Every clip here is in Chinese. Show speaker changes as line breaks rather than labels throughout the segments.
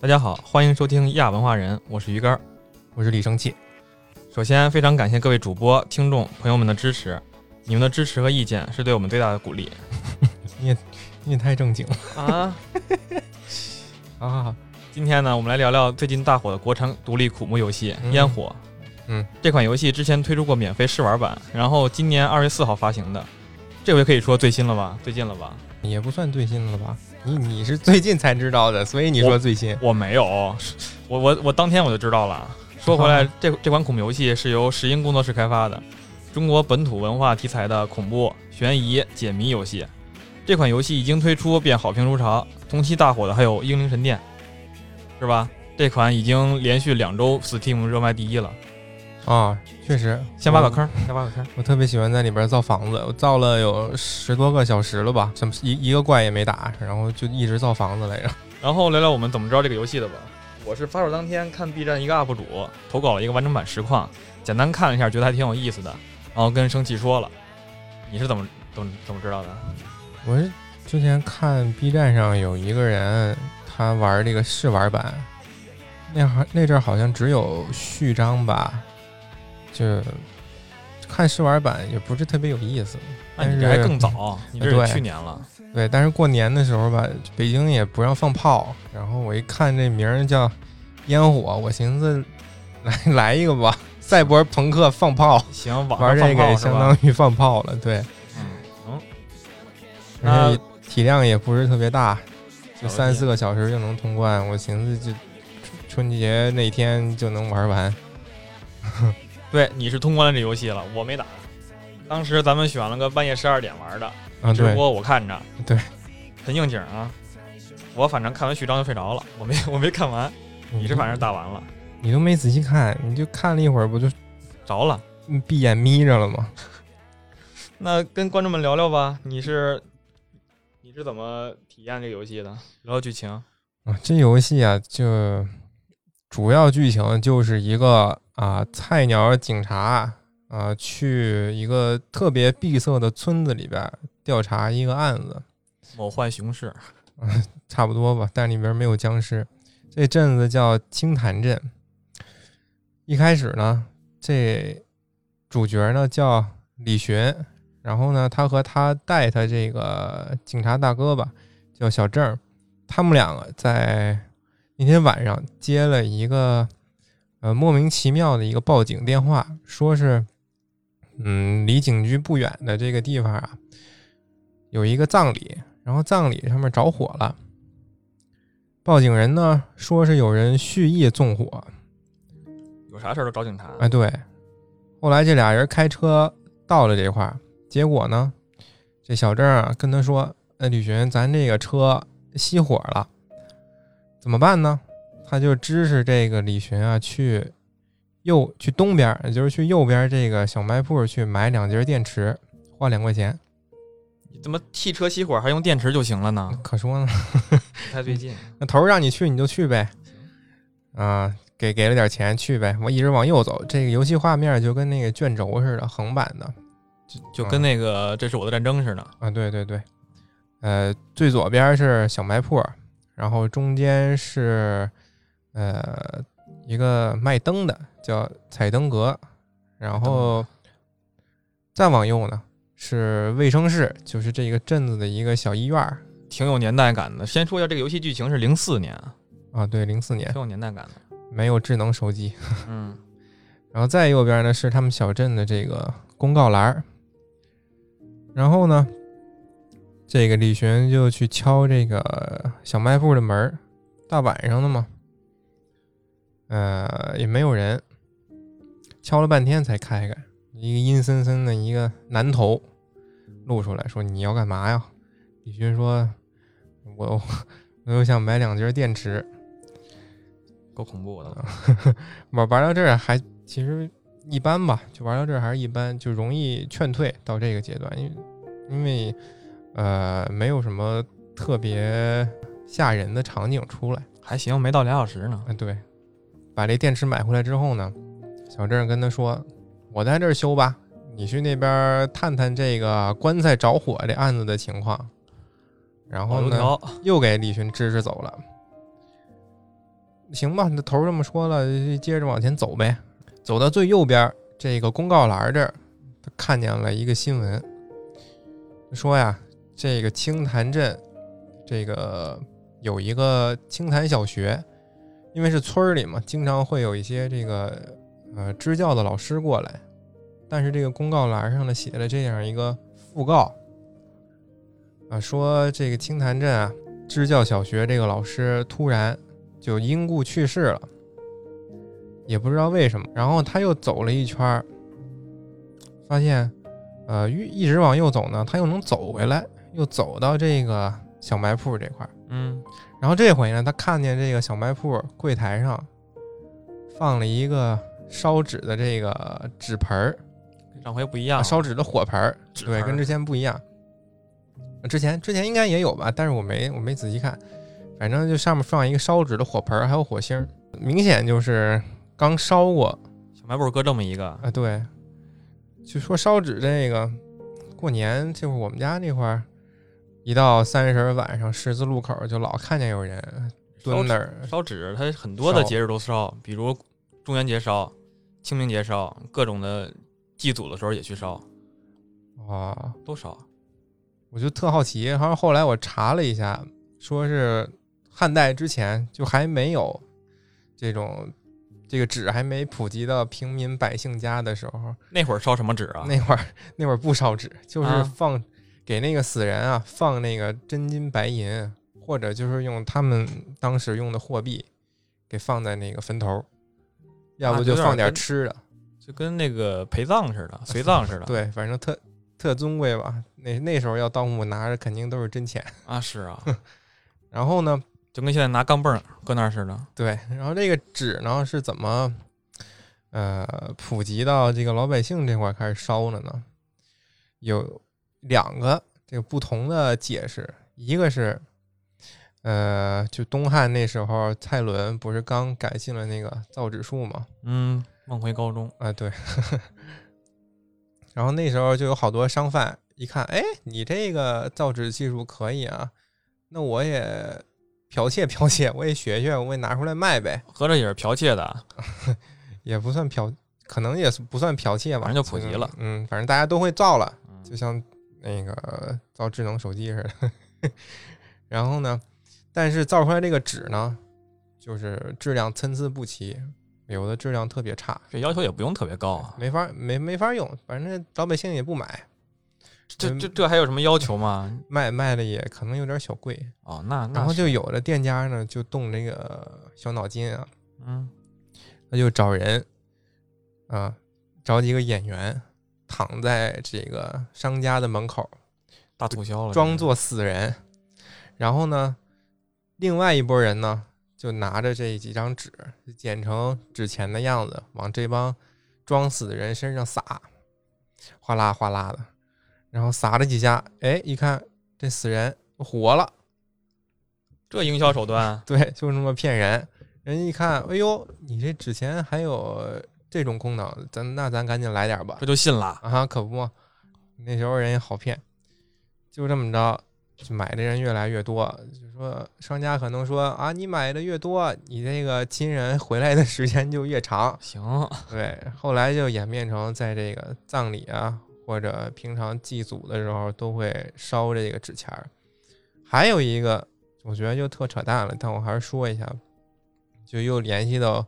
大家好，欢迎收听亚文化人，我是鱼竿儿。
我是李生气。
首先，非常感谢各位主播、听众朋友们的支持，你们的支持和意见是对我们最大的鼓励。
你也太正经了
啊！
啊！
今天呢，我们来聊聊最近大火的国产独立苦木游戏《
嗯
烟火》。
嗯，
这款游戏之前推出过免费试玩版，然后今年二月四号发行的，这回可以说最新了吧？最近了吧？
也不算最新了吧？你你是最近才知道的，所以你说最新。
我没有，我我我当天我就知道了。说回来，这这款恐怖游戏是由石英工作室开发的，中国本土文化题材的恐怖、悬疑、解谜游戏。这款游戏一经推出便好评如潮，同期大火的还有《英灵神殿》，是吧？这款已经连续两周 Steam 热卖第一了。
啊，确实，
先挖个坑，先挖个坑。
我。我特别喜欢在里边造房子，我造了有十多个小时了吧，什么一一个怪也没打，然后就一直造房子来着。
然后聊聊我们怎么知道这个游戏的吧。我是发售当天看 B 站一个 UP 主投稿了一个完整版实况，简单看了一下，觉得还挺有意思的，然后跟生气说了。你是怎么怎么怎么知道的？
我是之前看 B 站上有一个人，他玩这个试玩版，那会儿那阵儿好像只有序章吧，就看试玩版也不是特别有意思。
那你这还更早，你这
对
是去年了。
对，但是过年的时候吧，北京也不让放炮，然后我一看这名儿叫烟火，我寻思来 来一个吧，赛博朋克放炮，
行，网
玩
上放
这个
炮
也
是
相
吧？
当于放炮了，对，
嗯，
而
那
且体量也不是特别大，
小
就三
问题
四个小时就能通关，我寻思就春春节那天就能玩完，
对，你是通关了这游戏了，我没打。当时咱们选了个半夜十二点玩的
啊，
直
对，
播，我看着，
对，
很应景啊。我反正看完序章就睡着了，我没 我没看完，
嗯
你是反正打完了，
你都没仔细看，你就看了一会儿，不就
着了。
闭眼眯着了吗？
那跟观众们聊聊吧，你是你是怎么体验这个游戏的？聊聊剧情。
啊，这游戏啊，就主要剧情就是一个啊菜鸟警察啊去一个特别闭塞的村子里边儿调查一个案子，
某幻雄市，
差不多吧，但里边没有僵尸。这镇子叫青潭镇。一开始呢，这主角呢叫李寻，然后呢，他和他带他这个警察大哥吧，叫小郑儿，他们两个在那天晚上接了一个呃莫名其妙的一个报警电话，说是嗯离警局不远的这个地方啊有一个葬礼，然后葬礼上面着火了。报警人呢说是有人蓄意纵火，
有啥事儿都找警察。
哎，对。后来这俩人开车到了这块儿，结果呢，这小郑啊跟他说：“哎，吕寻，咱这个车熄火了，怎么办呢？”他就支持这个李寻啊去右去东边儿，也就是去右边这个小卖铺去买两节电池，花两块钱，
你怎么汽车熄火还用电池就行了呢？
可说呢。
不太对劲。
那头儿让你去你就去呗，啊，给给了点钱去呗。我一直往右走，这个游戏画面就跟那个卷轴似的，横版的
就跟那个《这是我的战争》似的，
啊，对对对，呃，最左边是小卖铺，然后中间是呃一个卖灯的叫彩灯阁，然后再往右呢是卫生室，就是这个镇子的一个小医院儿
挺有年代感的。先说一下这个游戏剧情是零四年，
啊，对，零四年
挺有年代感的。
没有智能手机。
嗯，
然后再右边呢是他们小镇的这个公告栏儿。然后呢，这个李寻就去敲这个小卖部的门儿，大晚上的嘛，呃，也没有人，敲了半天才开开，一个阴森森的一个男头露出来说：“你要干嘛呀？”李寻说：“我 我又想买两节电池。”
够恐怖的了。
玩玩到这儿还其实一般吧，就玩到这儿还是一般，就容易劝退到这个阶段，因为因为呃没有什么特别吓人的场景出来。
还行，没到俩小时呢。
啊，对，把这电池买回来之后呢，小郑跟他说：“我在这儿修吧，你去那边儿探探这个棺材着火这案子的情况。”然
老
后
油
呢，
条，
又给李寻支持走了。行吧，那头儿这么说了，接着往前走呗。走到最右边儿这个公告栏儿这儿，他看见了一个新闻，说呀，这个青潭镇，这个有一个青潭小学，因为是村儿里嘛，经常会有一些这个呃支教的老师过来，但是这个公告栏上呢写了这样一个讣告，啊，说这个青潭镇啊支教小学这个老师突然就因故去世了，也不知道为什么。然后他又走了一圈儿，发现，呃，一一直往右走呢，他又能走回来，又走到这个小卖铺这块儿。
嗯，
然后这回呢，他看见这个小卖铺柜台上放了一个烧纸的这个纸盆儿，
上回不一样
啊，
了，
烧纸的火盆儿，
纸
对，
盆儿
跟之前不一样。之前之前应该也有吧，但是我没我没仔细看，反正就上面放一个烧纸的火盆儿，还有火星儿，明显就是刚烧过
小卖部搁这么一个，
啊。对，就说烧纸这个，过年就是我们家那块儿，一到三十儿晚上十字路口儿就老看见有人
烧
蹲
纸
那儿
烧纸，它很多的
烧
节日都烧，比如中元节烧、清明节烧，各种的祭祖的时候也去烧，
啊。
都烧。
我就特好奇，然后后来我查了一下，说是汉代之前就还没有这种这个纸还没普及到平民百姓家的时候，
那会儿烧什么纸啊？
那会儿那会儿不烧纸，就是
啊
放、给那个死人啊放那个真金白银，或者就是用他们当时用的货币给放在那个坟头，要不
啊
就
有点
放点
跟
吃的，
就跟那个陪葬似的，随葬似的。
对，反正特特尊贵吧。那那时候要盗墓拿着肯定都是真钱，
啊，是啊，
然后呢。
就跟现在拿钢镚儿搁那儿似的。
对，然后这个纸呢是怎么呃普及到这个老百姓这块儿开始烧的呢？有两个这个不同的解释，一个是呃，就东汉那时候蔡伦不是刚改进了那个造纸术嘛？
嗯，梦回高中，
啊，对。 然后那时候就有好多商贩一看，哎，你这个造纸技术可以啊，那我也剽窃剽窃，我也学学，我也拿出来卖呗。
合着也是剽窃的啊。
也不算剽，可能也是不算剽窃吧，
反正就普及了
就是。嗯，反正大家都会造了，
嗯
就像那个造智能手机似的。 然后呢，但是造出来这个纸呢，就是质量参差不齐，有的质量特别差，
这要求也不用特别高啊。
没法没没法用，反正老百姓也不买，
这
嗯
这这还有什么要求吗？
卖卖的也可能有点小贵。
哦，那那
然后
是
就有的店家呢，就动这个小脑筋啊，
嗯，
他就找人啊，找几个演员躺在这个商家的门口，
大促销了，
装作死人。然后呢，另外一拨人呢，就拿着这几张纸剪成纸钱的样子，往这帮装死的人身上撒，哗啦哗啦的。然后撒了几下，哎，一看这死人活了。
这营销手段，
对，就是那么骗人。人家一看，哎呦，你这纸钱还有这种功能，咱那咱赶紧来点儿吧
这。就信了。
啊，可不嘛，那时候人也好骗，就这么着，就买的人越来越多。就说商家可能说啊，你买的越多，你这个亲人回来的时间就越长。
行，
对，后来就演变成在这个葬礼啊，或者平常祭祖的时候都会烧这个纸钱儿。还有一个，我觉得就特扯淡了，但我还是说一下，就又联系到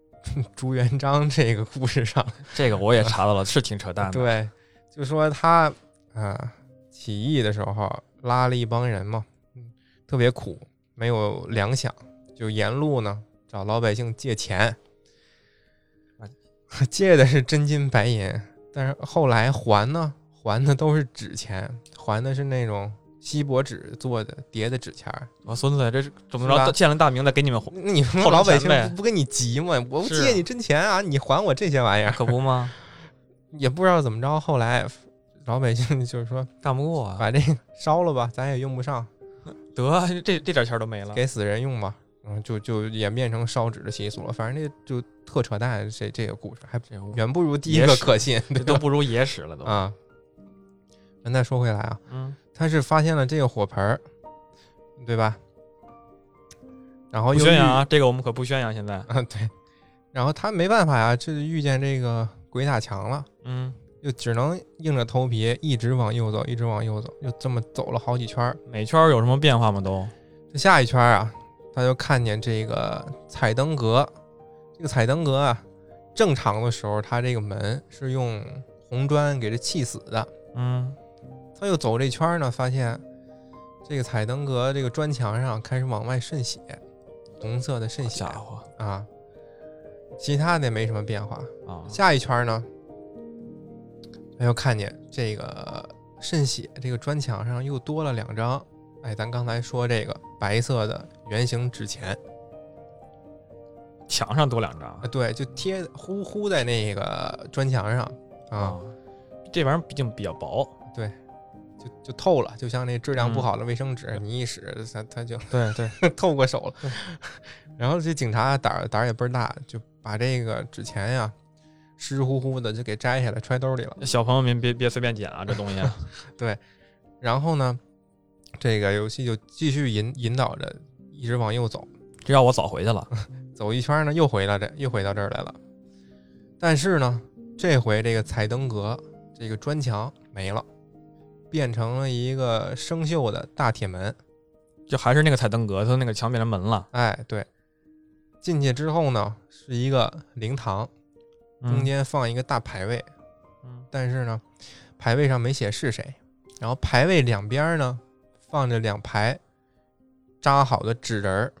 朱元璋这个故事上了。
这个我也查到了，是挺扯淡的。
对，就说他啊、起义的时候拉了一帮人嘛，嗯特别苦，没有粮饷，就沿路呢找老百姓借钱
啊，
借的是真金白银，但是后来还呢，还的都是纸钱，还的是那种锡箔纸做的叠的纸钱儿。
我啊孙子这是怎么
是吧
着？见了大明再给嗯你们还，
那你们
套
老
路
百
钱
姓
呗
不不跟你急吗？我不
是
借
啊
你真钱啊，你还我这些玩意 儿，
可不吗？
也不知道怎么着。后来老百姓就是说。
干不过啊，
把这个烧了吧，咱也用不上，
得这这点钱都没了。
给死人用吧。嗯，就就演变成烧纸的习俗了。反正这就特扯淡，这这个故事还
这屋
远不如第一
野
个
史
可信，对
这都
吧？
不如野史了都。
啊。咱再说回来啊，
嗯，
他是发现了这个火盆儿，对吧？然后
不
又
宣
遇
扬啊，这个我们可不宣扬。现在，
啊，对，然后他没办法呀，这就遇见这个鬼打墙了，
嗯，
就只能硬着头皮一直往右走，一直往右走，就这么走了好几圈儿。
每嗯圈儿有什么变化吗？都，
这下一圈儿啊，他就看见这个彩灯阁，这个彩灯阁啊，正常的时候它这个门是用红砖给这砌死的，
嗯，
他又走这圈儿呢，发现这个彩灯阁这个砖墙上开始往外渗血，红色的渗
好
血
家伙
啊，其他的也没什么变化。
啊，
下一圈呢，他又看见这个渗血这个砖墙上又多了两张，哎，咱刚才说这个白色的圆形纸钱，
墙上多两张
啊，对，就贴呼呼在那个砖墙上
哦
啊，，
这玩意儿毕竟比较薄，
就就透了，就像那质量不
嗯
好的卫生纸，你一使它它就
对对，
透过手了。 然后这警察胆儿胆儿也倍儿大，就把这个纸钱呀、湿乎乎的就给摘下来揣兜里了。
小朋友们别别随便捡啊，这东西，
然后呢，这个游戏就继续引引导着一直往右走，
这让我早回去了。
走一圈呢又回到这又回到这儿来了。但是呢，这回这个彩灯阁这个砖墙没了，变成了一个生锈的大铁门。
就还是那个彩灯格，它那个墙变成门了，
哎，对，进去之后呢是一个灵堂，中间放一个大牌位，
嗯
但是呢，牌位上没写是谁，然后牌位两边儿呢放着两排扎好的纸人儿，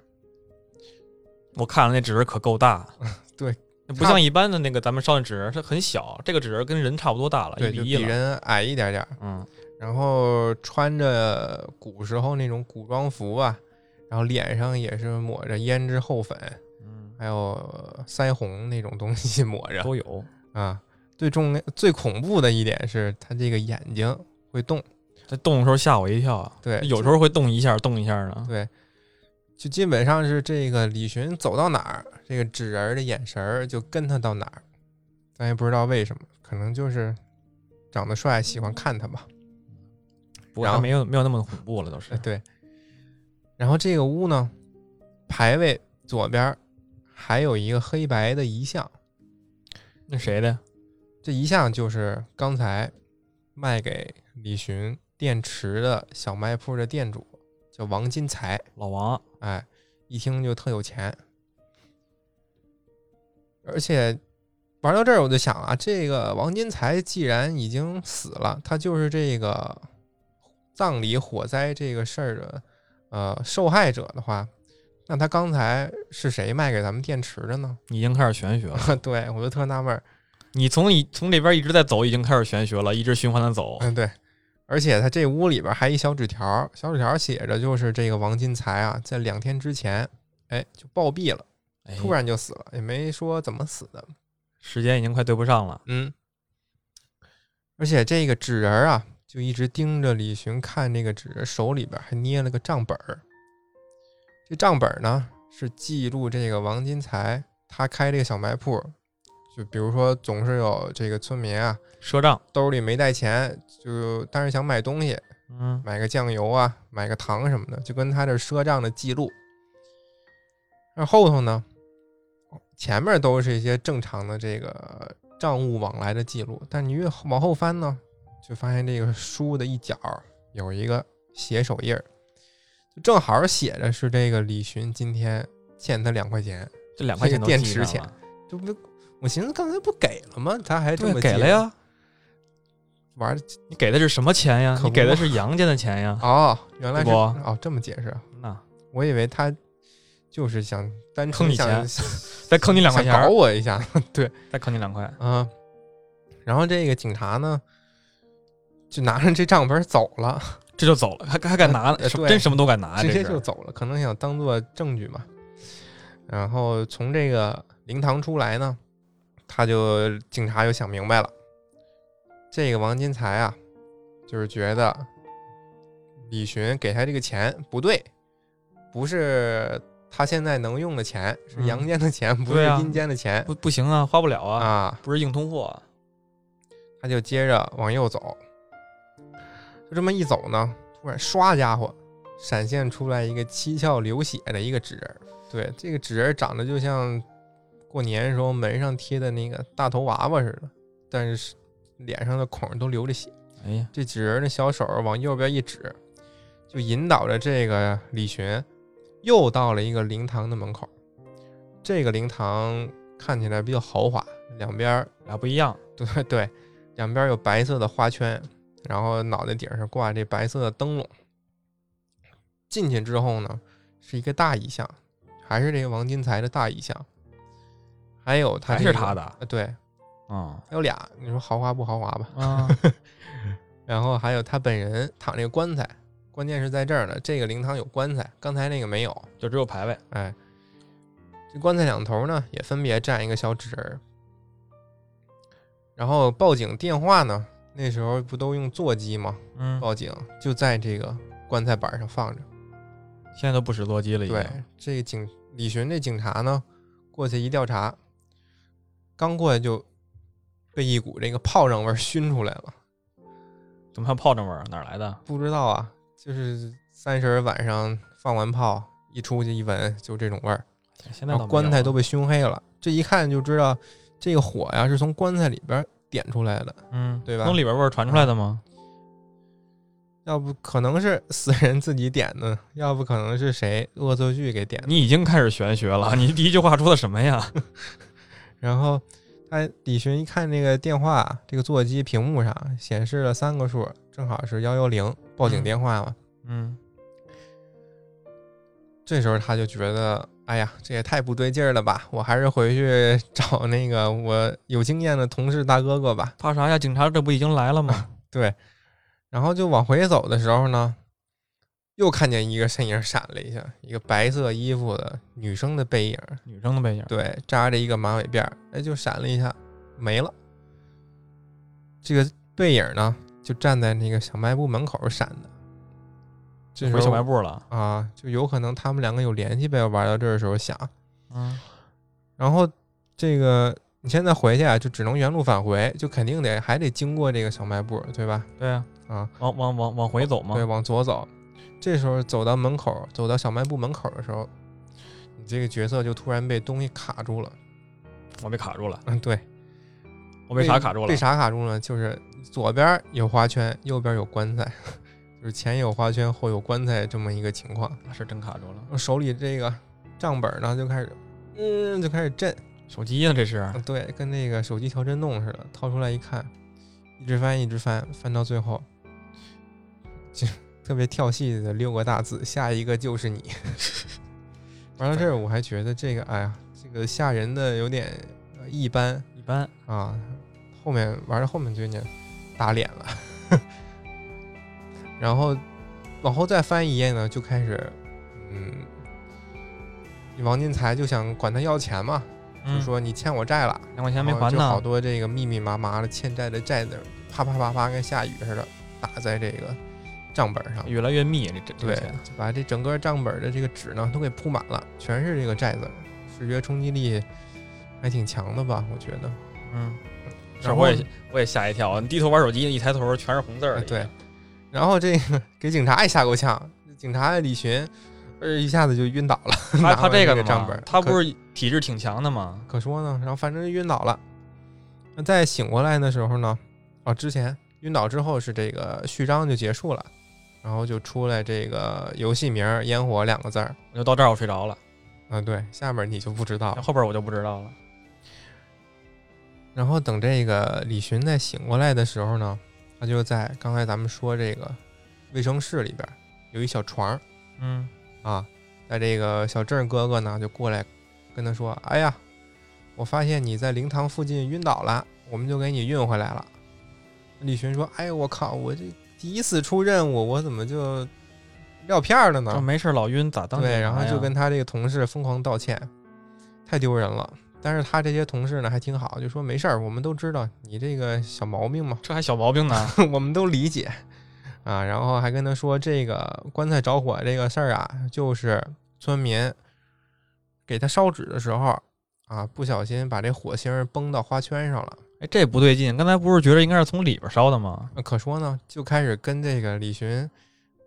我看了那纸人可够大，
对，
不像一般的那个咱们烧的纸人，它很小，这个纸人跟人差不多大了，
对，
啊一
就
比
比
一了。
人矮一点点儿，
嗯，
然后穿着古时候那种古装服啊，然后脸上也是抹着胭脂厚粉，
嗯，
还有腮红那种东西抹着
都有，
啊。最重最恐怖的一点是，他这个眼睛会动，
它动的时候吓我一跳啊。
对，
有时候会动一下，动一下呢。
对，就基本上是这个李寻走到哪儿，这个纸人儿的眼神儿就跟他到哪儿，咱也不知道为什么，可能就是长得帅，喜欢看他吧。
不过
然
它
后
没有没有那么恐怖了，都是
哎，。对。然后这个屋呢，牌位左边儿还有一个黑白的遗像，
那谁的？
这遗像就是刚才卖给李寻电池的小卖铺的店主，叫王金财。
老王。
哎，一听就特有钱。而且玩到这儿，我就想啊，这个王金才既然已经死了，他就是这个葬礼火灾这个事儿的呃受害者的话，那他刚才是谁卖给咱们电池的呢？
已经开始玄学了，
对我就特纳闷儿。
你从你从这边一直在走，已经开始玄学了，一直循环的走，
嗯，对。而且他这屋里边还一小纸条儿，小纸条儿写着就是这个王金才啊，在两天之前，哎，就暴毙了，
哎
突然就死了，也没说怎么死的。
时间已经快对不上了。
嗯，而且这个纸人儿啊，就一直盯着李寻看这个纸人，手里边还捏了个账本儿。这账本儿呢，是记录这个王金才他开这个小卖铺，就比如说总是有这个村民啊，
赊账，
兜里没带钱，就但是想买东西，
嗯，
买个酱油啊，买个糖什么的，就跟他这赊账的记录。那后头呢，前面都是一些正常的这个账务往来的记录，但你越往后翻呢，就发现这个书的一角有一个写手印儿，就正好写着是这个李寻今天欠他两块钱，
这两块钱都
这个
记
电池
上
钱
了
这不我寻思刚才不给了吗？他还这么
对，给
记
了
着，
呀。
玩儿
你给的是什么钱呀？
可
你
不
给的
嘛
是杨家的钱呀？
哦，原来是
不
哦这么解释啊，
那
我以为他就是想单纯
坑你
想
钱再坑你两块钱
想
儿
搞，我一下
再坑你两块。
啊。然后这个警察呢，就拿着这账本走了，
这就走了，还还敢拿呢
呃？
什
对
真什么都敢拿呀，
直
啊这
接
是
就走了，可能想当做证据嘛。然后从这个灵堂出来呢，他就警察就想明白了，这个王金才啊，就是觉得李寻给他这个钱不对，不是他现在能用的钱，是
嗯
阳间的钱，不是
对啊
阴间的钱
不不行啊，花不了啊，
啊
不是硬通货啊，
他就接着往右走，就这么一走呢，突然唰，家伙，闪现出来一个七窍流血的一个纸人儿，对，这个纸人长得就像过年时候门上贴的那个大头娃娃似的，但是脸上的孔都流着血。
哎呀，
这纸人的小手往右边一指，就引导着这个李寻又到了一个灵堂的门口。这个灵堂看起来比较豪华，两边儿
俩不一样，
对对，两边有白色的花圈，然后脑袋顶上挂这白色的灯笼。进去之后呢，是一个大遗像，还是这个王金才的大遗像，还有他、
还
这
是
个、
他的
呃对，
啊
还有俩，你说豪华不豪华吧？
啊，
然后还有他本人躺这个棺材，关键是在这儿呢，这个灵堂有棺材，刚才那个没有。
就只有牌位。
哎，这棺材两头呢也分别站一个小纸人儿。然后报警电话呢，那时候不都用座机吗？
嗯，
报警就在这个棺材板上放着。
现在都不使座机了，已经
对。，这个警李寻这警察呢，过去一调查，刚过来就被一股这个炮仗味儿熏出来了。
怎么还炮仗味儿？啊哪儿来的？
不知道啊，就是三十儿晚上放完炮一出去一闻，就这种味儿。
现在倒没有
然
啊
后棺材都
了
被熏黑了，这一看就知道这个火呀是从棺材里边点出来的，
嗯，
对吧
从里边味儿传出来的吗？
要不可能是死人自己点的，要不可能是谁恶作剧给点的。
你已经开始玄学 了，你第一句话说的什么呀？
然后他李寻一看这个电话，这个座机屏幕上显示了三个数，正好是幺幺零报警
嗯
电话嘛。
嗯，
这时候他就觉得，哎呀，这也太不对劲儿了吧！我还是回去找那个我有经验的同事大哥哥吧。
怕啥呀？警察这不已经来了 吗？
对，然后就往回走的时候呢，又看见一个身影闪了一下，一个白色衣服的女生的背影，
女生的背影，
对，扎着一个马尾辫儿，哎，就闪了一下，没了。这个背影呢，就站在那个小卖部门口闪的。这时
回小卖
候
部了。
啊，就有可能他们两个有联系呗。我玩到这儿的时候想，
嗯，
然后这个你现在回去啊，就只能原路返回，就肯定得还得经过这个小卖部，对吧？
对啊，
啊，
往往往往回走嘛
对，。往左走。这时候走到门口，走到小卖部门口的时候，你这个角色就突然被东西卡住了。
我被卡住了，
嗯，对，
我被啥卡住了
被？啥卡住了？就是左边有花圈，右边有棺材， 就是前有花圈，后有棺材这么一个情况。
那是真卡住了，
我手里这个账本呢就开始，嗯，就开始震。
手机呀，这是。
嗯对，跟那个手机调震动似的，掏出来一看，一直翻，一直翻，翻到最后，就 特别跳戏的六个大字：“下一个就是你。”玩到这儿，我还觉得这个，哎呀，这个吓人的有点呃一般
一般，
啊。后面玩到后面就有点打脸了， 然后往后再翻一页呢，就开始，嗯，王金才就想管他要钱嘛，就
嗯
说你欠我债了，
两块钱没
然后
还
哦就好
呢，
多这个密密麻麻的欠债的债字儿，啪啪啪啪跟下雨似的打在这个账本上，
越来越密，这这哎这个
对
钱，
就把这整个账本的这个纸呢都给铺满了，全是这个债字儿，视觉冲击力还挺强的吧？我觉得。
嗯，是
然后
我也我也吓一跳，你低头玩手机，一抬头全是红字儿
哎
了，
对，然后这个 给警察也吓够呛，警察李寻，呃，一下子就晕倒了。
他
拿
他
完
这
这
个
个
呢
账
嘛
本儿
他
可
不是体质挺强的吗？
可说呢，然后反正晕倒了。那再醒过来的时候呢，哦，之前晕倒之后是这个序章就结束了，然后就出来这个游戏名儿“烟火”两个字儿。
我就到这儿我睡着了，
啊，对，下面你就不知道
然后
了。
后边我就不知道了。
然后等这个李寻再醒过来的时候呢，他就在刚才咱们说这个卫生室里边儿有一小床儿
嗯，
啊，在这个小郑哥哥呢就过来跟他说：“哎呀，我发现你在灵堂附近晕倒了，我们就给你运回来了。”李寻说：“哎，我靠，我这第一次出任务，我怎么就撂片儿了
这
呢
没事儿老晕咋？”当啊警察呀？
对，然后就跟他这个同事疯狂道歉，太丢人了。但是他这些同事呢还挺好，就说没事儿，我们都知道你这个小毛病嘛，
这还小毛病 呢，
我们都理解啊。然后还跟他说，这个棺材着火这个事儿啊，就是村民给他烧纸的时候啊，不小心把这火星儿崩到花圈上了。
哎，这不对劲，刚才不是觉得应该是从里边烧的吗？
那可说呢，就开始跟这个李寻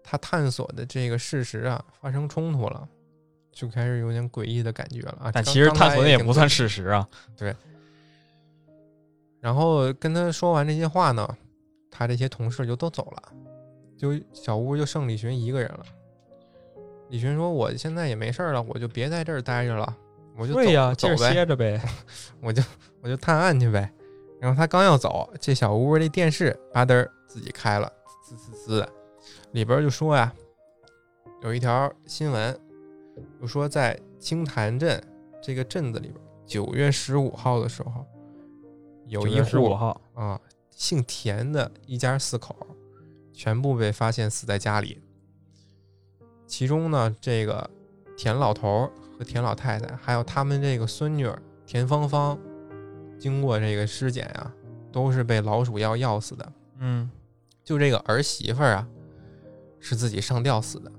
他探索的这个事实啊发生冲突了。就开始有点诡异的感觉了啊。
但
刚
其实
刚
探
来
索的也
挺
不
诡
算
异
事实啊。
然后跟他说完这些话呢，他这些同事就都走了，就小屋就剩李寻一个人了。李寻说：“我现在也没事儿了，我就别在这儿待着了，我就走
对呀，接
走
着
呗，
歇着呗。
我就我就探案去呗。”然后他刚要走，这小屋这电视吧嘚儿自己开了，滋滋滋，里边就说呀，有一条新闻，就说在青潭镇这个镇子里边，九月十五号的时候，有一
十
户
五号，
啊，姓田的一家四口全部被发现死在家里。其中呢，这个田老头儿和田老太太，还有他们这个孙女儿田芳芳，经过这个尸检啊，都是被老鼠药药死的。
嗯，
就这个儿媳妇儿啊，是自己上吊死的。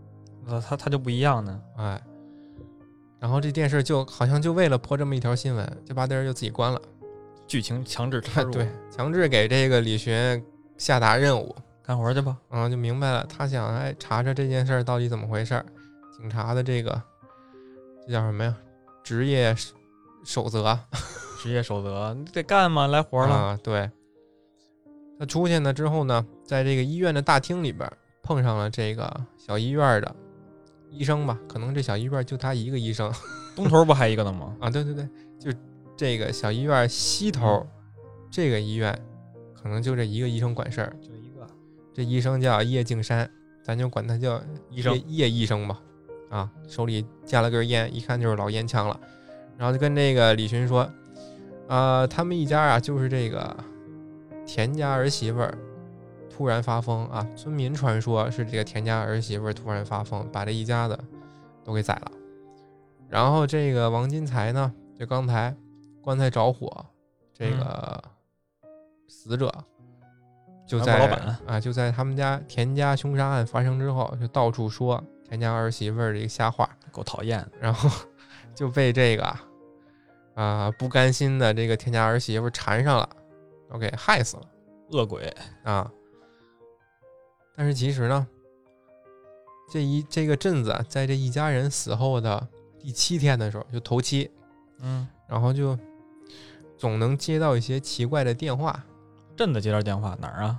他他他就不一样呢。
哎，然后这电视就好像就为了播这么一条新闻，这巴嘚儿就自己关了。
剧情强制插入，
对，强制给这个李寻下达任务，
干活去 吧，
嗯，就明白了。他想哎，查查这件事儿到底怎么回事儿。警察的这个这叫什么呀？职业守守则啊、
职业守则，你得干嘛，来活儿了。
对。他出去呢之后呢，在这个医院的大厅里边儿碰上了这个小医院的医生吧，可能这小医院就他一个医生
东头不还一个呢吗？
啊。对对对，就这个小医院西头儿这个医院，可能就这一个医生管事儿。
就一个。
这医生叫叶敬山，咱就管他叫
医生
叶叶医生吧。啊，手里架了根烟，一看就是老烟枪了。然后就跟这个李寻说，啊，他们一家啊，就是这个田家儿媳妇儿突然发疯啊，村民传说是这个田家儿媳妇儿突然发疯，把这一家子都给宰了。然后这个王金才呢，就刚才棺材着火，这
嗯
个死者就在
南瓜老板
啊，就在他们家田家凶杀案发生之后，就到处说田家儿媳妇儿这个瞎话，
够讨厌的，
然后 就被这个啊、不甘心的这个田家儿媳妇儿缠上了，然后给害死了。
恶鬼。
啊。但是其实呢，这一这个镇子啊，在这一家人死后的第七天的时候就头七，
嗯，
然后就总能接到一些奇怪的电话。
镇子接到电话哪儿啊？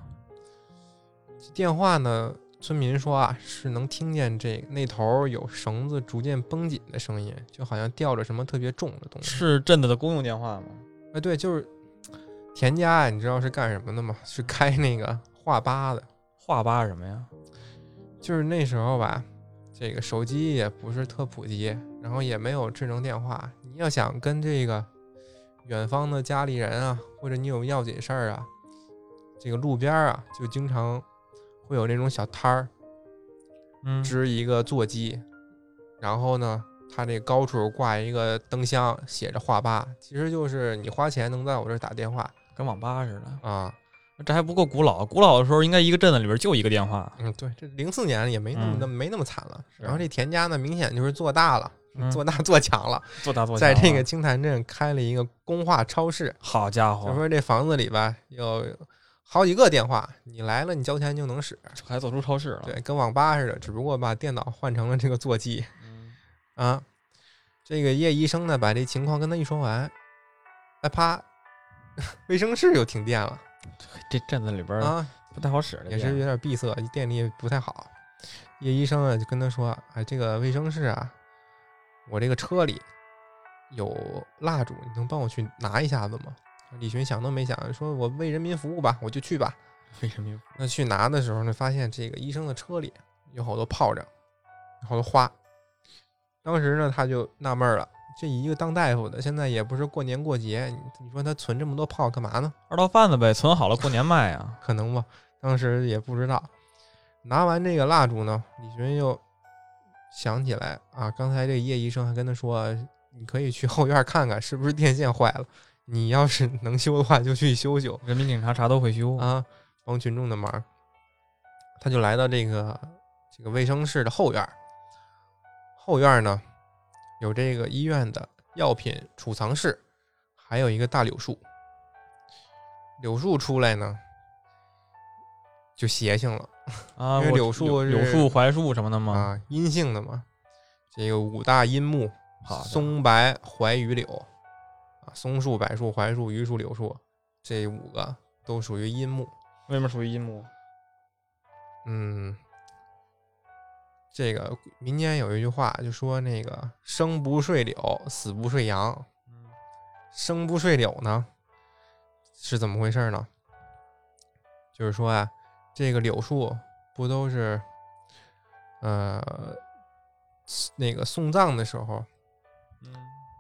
电话呢，村民说啊，是能听见这那头儿有绳子逐渐绷紧的声音，就好像吊着什么特别重的东西。
是镇子的公用电话吗？
哎，对，就是田家啊，你知道是干什么的吗？ 是开那个话吧的。
话吧什么呀？
就是那时候吧，这个手机也不是特普及，然后也没有智能电话。你要想跟这个远方的家里人啊，或者你有要紧事儿啊，这个路边儿啊，就经常会有那种小摊儿，
嗯，
支一个座机，然后呢，它这高处挂一个灯箱，写着话吧，其实就是你花钱能在我这儿打电话
跟网吧似的，
啊。
这还不够古老。古老的时候，应该一个镇子里边就一个电话。
嗯，对，这零四年也没那么
嗯
那、没那么惨了。
是
然后这田家呢，明显就是做大了，
嗯
做大做强了。
做大做
在
强
这
啊
个青潭镇开了一个工化超市，
好家
就
伙，
说这房子里吧有好几个电话，你来了你交钱就能使。
还走出超市了。
对，跟网吧似的，只不过把电脑换成了这个座机
嗯，
啊。这个叶医生呢，把这情况跟他一说完，哎啪， 卫生室又停电了
这镇子里边
啊，
不太好使，这
也是
店
有点闭塞，电力也不太好。叶医生啊就跟他说：“哎，这个卫生室啊，我这个车里有蜡烛，你能帮我去拿一下子吗？”李寻想都没想，说我为人民服务吧，我就去吧。
为什么有？
那去拿的时候呢，发现这个医生的车里有好多炮仗，有好多花。当时呢，他就纳闷儿了，这一个当大夫的，现在也不是过年过节，你你说他存这么多炮干嘛呢？
二道贩子呗，存好了过年卖啊。
可能吧，当时也不知道。拿完这个蜡烛呢，李寻又想起来啊，刚才这个叶医生还跟他说，你可以去后院看看是不是电线坏了，你要是能修的话就去修修
人民警察啥都会
嗯
修，
啊，帮群众的忙。他就来到这个这个卫生室的后院儿，后院儿呢有这个医院的药品储藏室，还有一个大柳树。柳树出来呢，就邪性了
啊，
因为
我
柳树
啊柳
是
啊
树、槐树什么的嘛。
啊啊，阴性的嘛。这个五大阴木：
好的，
松柏、槐榆柳啊，松树、柏树、槐树、榆树、柳树，这五个都属于阴木。
为什么属于阴木？
嗯，这个民间有一句话，就说那个“生不睡柳，死不睡羊”。
嗯
生不睡柳呢，是怎么回事呢？就是说啊，这个柳树不都是，呃，那个送葬的时候
嗯，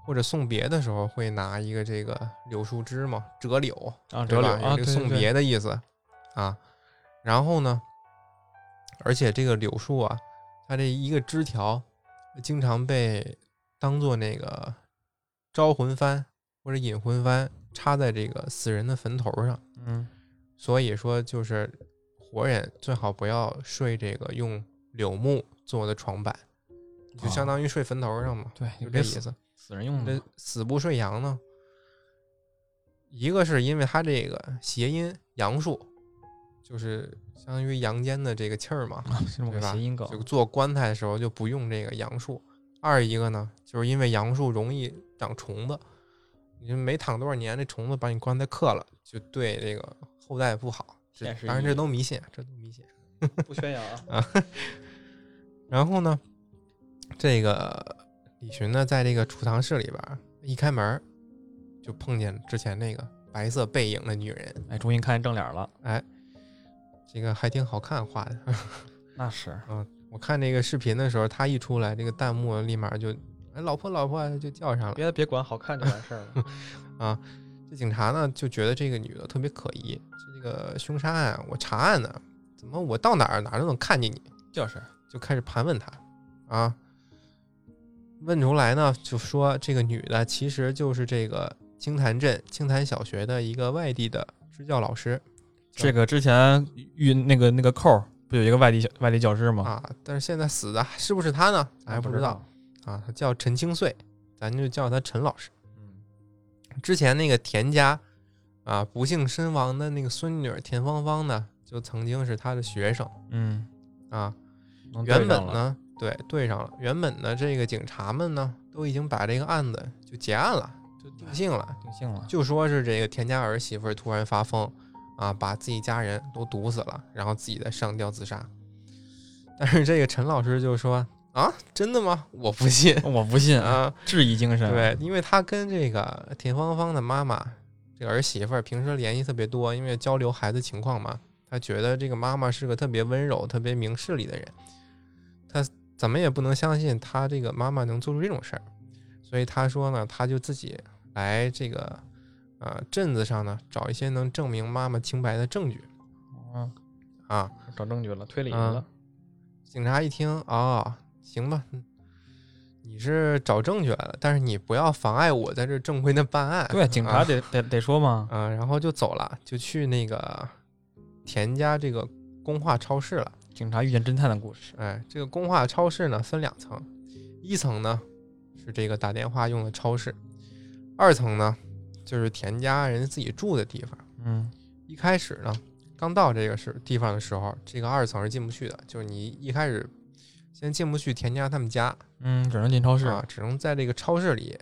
或者送别的时候会拿一个这个柳树枝嘛，折柳，
啊，
对
折柳
吧？有
啊，对
这个送
对
别的意思啊。然后呢，而且这个柳树啊，它这一个枝条经常被当做那个招魂幡或者引魂幡插在这个死人的坟头上，
嗯
所以说就是活人最好不要睡这个用柳木做的床板，就相
啊
当于睡坟头上嘛，
对，
就
有这
这意
死
思。
死人用
这
的，
死不睡羊呢？一个是因为它这个谐音杨树，就是相当于阳间的这个气儿嘛，
啊 是这么
对
个
吧
谐音梗
就做棺材的时候就不用这个杨树。二一个呢，就是因为杨树容易长虫子，你就没躺多少年，这虫子把你棺材克了，就对这个后代不好。这
现实
当然
意
这
义
都迷信，这都迷信。
不宣扬啊。
然后呢，这个李寻呢，在这个储藏室里边儿一开门儿，就碰见之前那个白色背影的女人，
哎，终于看见正脸了，
哎，这个还挺好看画的。
那是
我看这个视频的时候，她一出来，这个弹幕立马就哎老婆老婆就叫上了。
别别管好看就完事儿 了。
这警察呢就觉得这个女的特别可疑，这个凶杀案我查案呢，怎么我到哪儿哪儿都能看见你？
就是，
就开始盘问他，啊，问出来呢，就说这个女的其实就是这个青潭镇青潭小学的一个外地的支教老师
这个之前遇那个那个扣儿不有一个外地小外地教师吗？
啊，但是现在死的是不是她呢？咱
哎
还不知道，啊，她叫陈清穗，咱就叫她陈老师。
嗯，
之前那个田家啊不幸身亡的那个孙女儿田芳芳呢，就曾经是她的学生
嗯，
啊，
能
嗯
对
原
上
本
了，
呢，对，对上了。原本呢，这个警察们呢，都已经把这个案子就结案了，就定性了，
定性 了，
就说是这个田家儿媳妇儿突然发疯，啊，把自己家人都毒死了，然后自己再上吊自杀。但是这个陈老师就说啊，真的吗？我不信
哦我不信，
啊，
质疑精神，，
对，因为他跟这个田芳芳的妈妈这个儿媳妇儿平时联系特别多，因为交流孩子情况嘛，他觉得这个妈妈是个特别温柔、特别明事理的人，他怎么也不能相信他这个妈妈能做出这种事儿，所以他说呢，他就自己来这个呃镇子上呢找一些能证明妈妈清白的证据
嗯，
啊。
找证据了，推理去
嗯
了，
警察一听啊、哦，行吧，嗯你是找证据来了，但是你不要妨碍我在这儿正规的办案。
对，警察得得得说嘛，
啊，然后就走了，就去那个田家这个工化超市了。
警察遇见侦探的故事，
哎，这个工化超市呢分两层，一层呢是这个打电话用的超市，二层呢就是田家人自己住的地方。
嗯，
一开始呢，刚到这个是地方的时候，这个二层是进不去的，就是你一开始先进不去田家他们家，
嗯，只能进超市，
啊，只能在这个超市里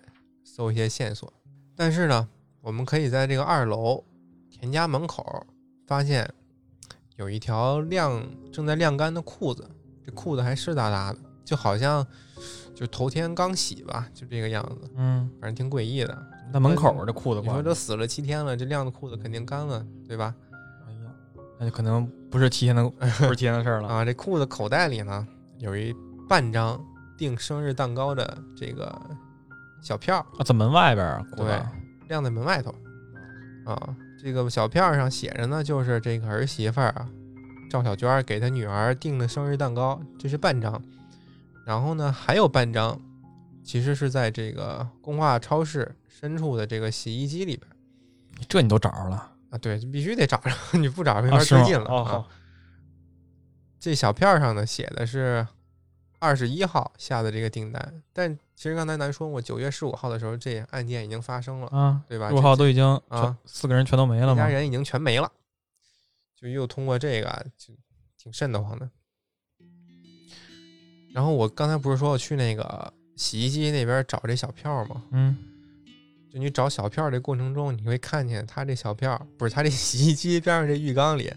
搜一些线索。但是呢，我们可以在这个二楼田家门口发现有一条晾正在晾干的裤子，这裤子还湿哒哒的，就好像就头天刚洗吧，就这个样子，
嗯，
反正挺诡异的。
在门口儿这裤子
你说
挂
都
着，
死了七天了，这晾的裤子肯定干了，对吧？
哎呀，那就可能不是提前的，不是提前的事儿 了，
啊，这裤子口袋里呢有一半张订生日蛋糕的这个小票，
啊，在门外边儿，裤子
对晾在门外头。啊，这个小票上写着呢，就是这个儿媳妇儿啊，赵小娟儿给她女儿订的生日蛋糕，这是半张。然后呢，还有半张，其实是在这个工化超市深处的这个洗衣机里边儿
这你都找着了，
啊。对，必须得找着， 你不找着没
啊
法
是
推
吗
进了
哦
啊
好。
这小票上呢写的是二十一号下的这个订单，但其实刚才咱说过，九月十五号的时候，这案件已经发生了，
啊，
对吧？
六号
这
都已经
啊
全四个人全都没了
一家
吗？
人已经全没了，就又通过这个啊就挺瘆得慌的。然后我刚才不是说我去那个洗衣机那边找这小票吗？
嗯，
就你找小票这过程中，你会看见他这小票不是他这洗衣机边上这浴缸里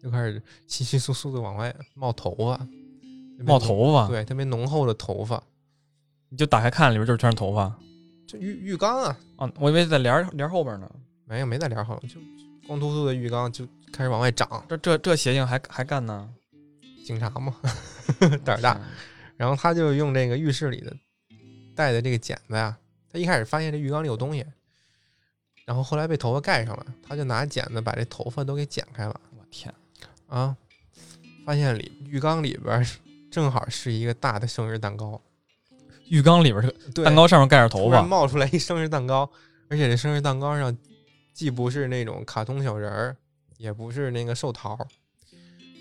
就开始稀稀疏疏的往外冒头发，特别
冒
浓，
头啊发，
对，特别浓厚的头发，
你就打开看，里边就是全是头发
就浴浴缸啊，
啊！我以为在帘儿帘儿后边呢。
没有没在帘后，就光秃秃的浴缸就开始往外长，
这这这邪性还还干呢？
警察嘛， 胆儿大。然后他就用这个浴室里的带的这个剪子呀、他一开始发现这浴缸里有东西，然后后来被头发盖上了，他就拿剪子把这头发都给剪开了
我天，
啊，发现里浴缸里边儿正好是一个大的生日蛋糕，
浴缸里边是个
对
蛋糕上面盖着头
突然
发，
冒出来一生日蛋糕，而且这生日蛋糕上既不是那种卡通小人儿，也不是那个寿桃，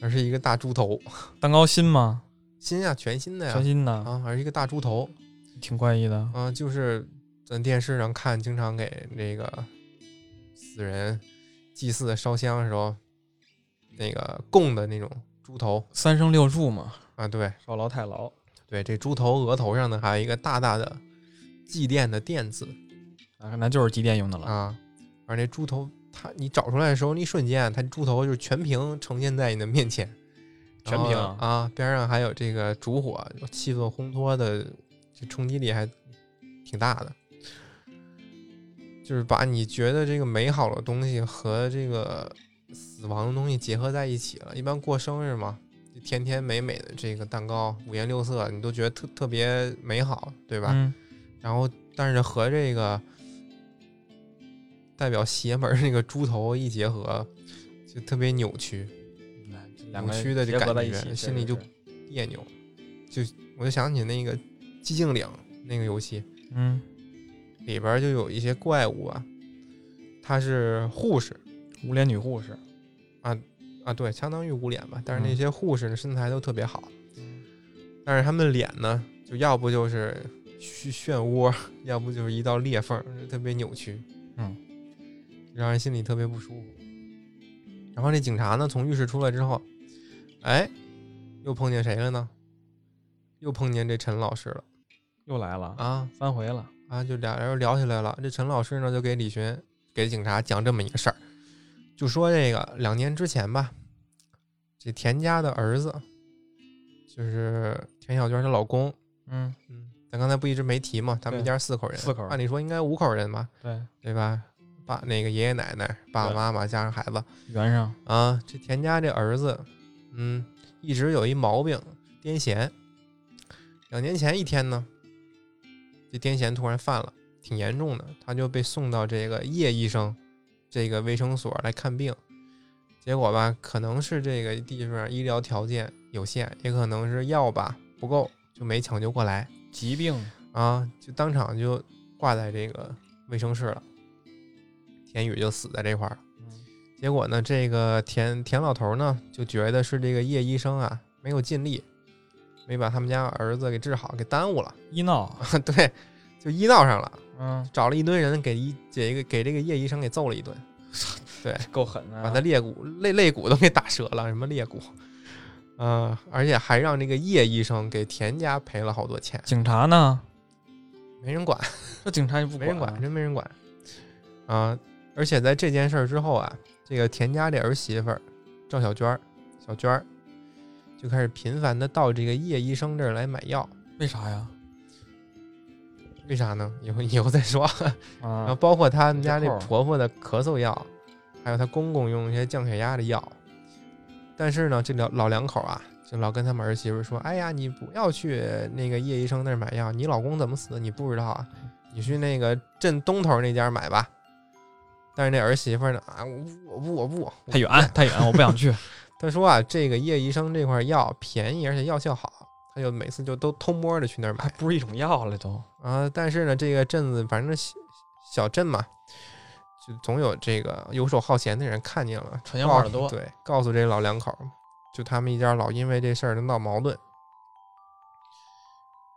而是一个大猪头，
蛋糕新吗？
新呀、全新的呀
全新的，
啊，而是一个大猪头，
挺怪异的。
啊，就是咱电视上看，经常给那个死人祭祀烧香的时候，那个供的那种猪头
三生六柱嘛，
啊，对
少劳太劳。
对，这猪头额头上呢还有一个大大的祭奠的奠字
啊，那就是祭奠用的了。
啊，而那猪头它你找出来的时候，那一瞬间啊它猪头就是全屏呈现在你的面前，然
全
后
屏
啊，边上还有这个烛火，气氛烘托的这冲击力还挺大的，就是把你觉得这个美好的东西和这个死亡的东西结合在一起了。一般过生日嘛，就甜甜美美的这个蛋糕，五颜六色，你都觉得特特别美好，对吧？
嗯，
然后但是和这个代表邪门儿那个猪头一结合，就特别扭曲
哎这两个
扭曲的这
结合在
感
一
觉
起，
心里就
确实是
别扭，就我就想起那个《寂静岭》那个游戏
嗯，
里边儿就有一些怪物啊，它是护士
无脸女护士，
啊，对，相当于无脸吧，但是那
嗯
些护士的身材都特别好，但是他们脸呢，就要不就是漩漩涡，要不就是一道裂缝，特别扭曲，
嗯，
让人心里特别不舒服。然后那警察呢，从浴室出来之后，哎，又碰见谁了呢？又碰见这陈老师了
又来了，
啊
三回了。
啊！就俩人又聊起来了。这陈老师呢，就给李寻给警察讲这么一个事儿，就说这个两年之前吧，这田家的儿子，就是田小娟她老公，
嗯，
嗯，咱刚才不一直没提嘛，他们一
对
家四口人，
四口人
按理说应该五口人吧，
对，
对吧？爸那个爷爷奶奶、爸爸
对
妈妈加上孩子
圆上，
啊，这田家这儿子，嗯，一直有一毛病，癫痫。两年前一天呢，这癫痫突然犯了，挺严重的，他就被送到这个叶医生这个卫生所来看病。结果吧，可能是这个地方医疗条件有限，也可能是药吧不够，就没抢救过来。
疾病，
啊，就当场就挂在这个卫生室了。田宇就死在这块儿了。
嗯
结果呢，这个田田老头呢就觉得是这个叶医生啊没有尽力，没把他们家儿子给治好，给耽误了。
医闹，
对，就医闹上了，
嗯，
找了一堆人给医给一个给这个叶医生给揍了一顿，
够狠
啊
的，
把他肋骨肋肋骨都给打折了，什么肋骨，呃，而且还让这个叶医生给田家赔了好多钱，
警察呢？
没人管。
这警察也不
没人
管
管，
啊，
真没人管。啊，而且在这件事儿之后啊，这个田家这儿媳妇儿赵小娟儿，小娟儿就开始频繁的到这个叶医生这儿来买药。
为啥呀？
为啥呢？以后以后再说。然后
啊，
包括他们家
这
这
扣儿
婆婆的咳嗽药，还有她公公用一些降血压的药。但是呢，这老老两口啊，就老跟他们儿媳妇说：“哎呀，你不要去那个叶医生那儿买药，你老公怎么死的你不知道啊？你去那个镇东头那家买吧。”但是那儿媳妇呢啊，我不我不我不，
太 远太远，我不想去。
她说啊，这个叶医生这块药便宜，而且药效好，她就每次就都偷摸的去那儿 买
还。不是一种药了都，
啊，但是呢，这个镇子反正小小镇嘛，就总有这个游手好闲的人看见了，
传闲话
告
的多
对，告诉这老两口儿，就他们一家老因为这事儿就闹矛盾。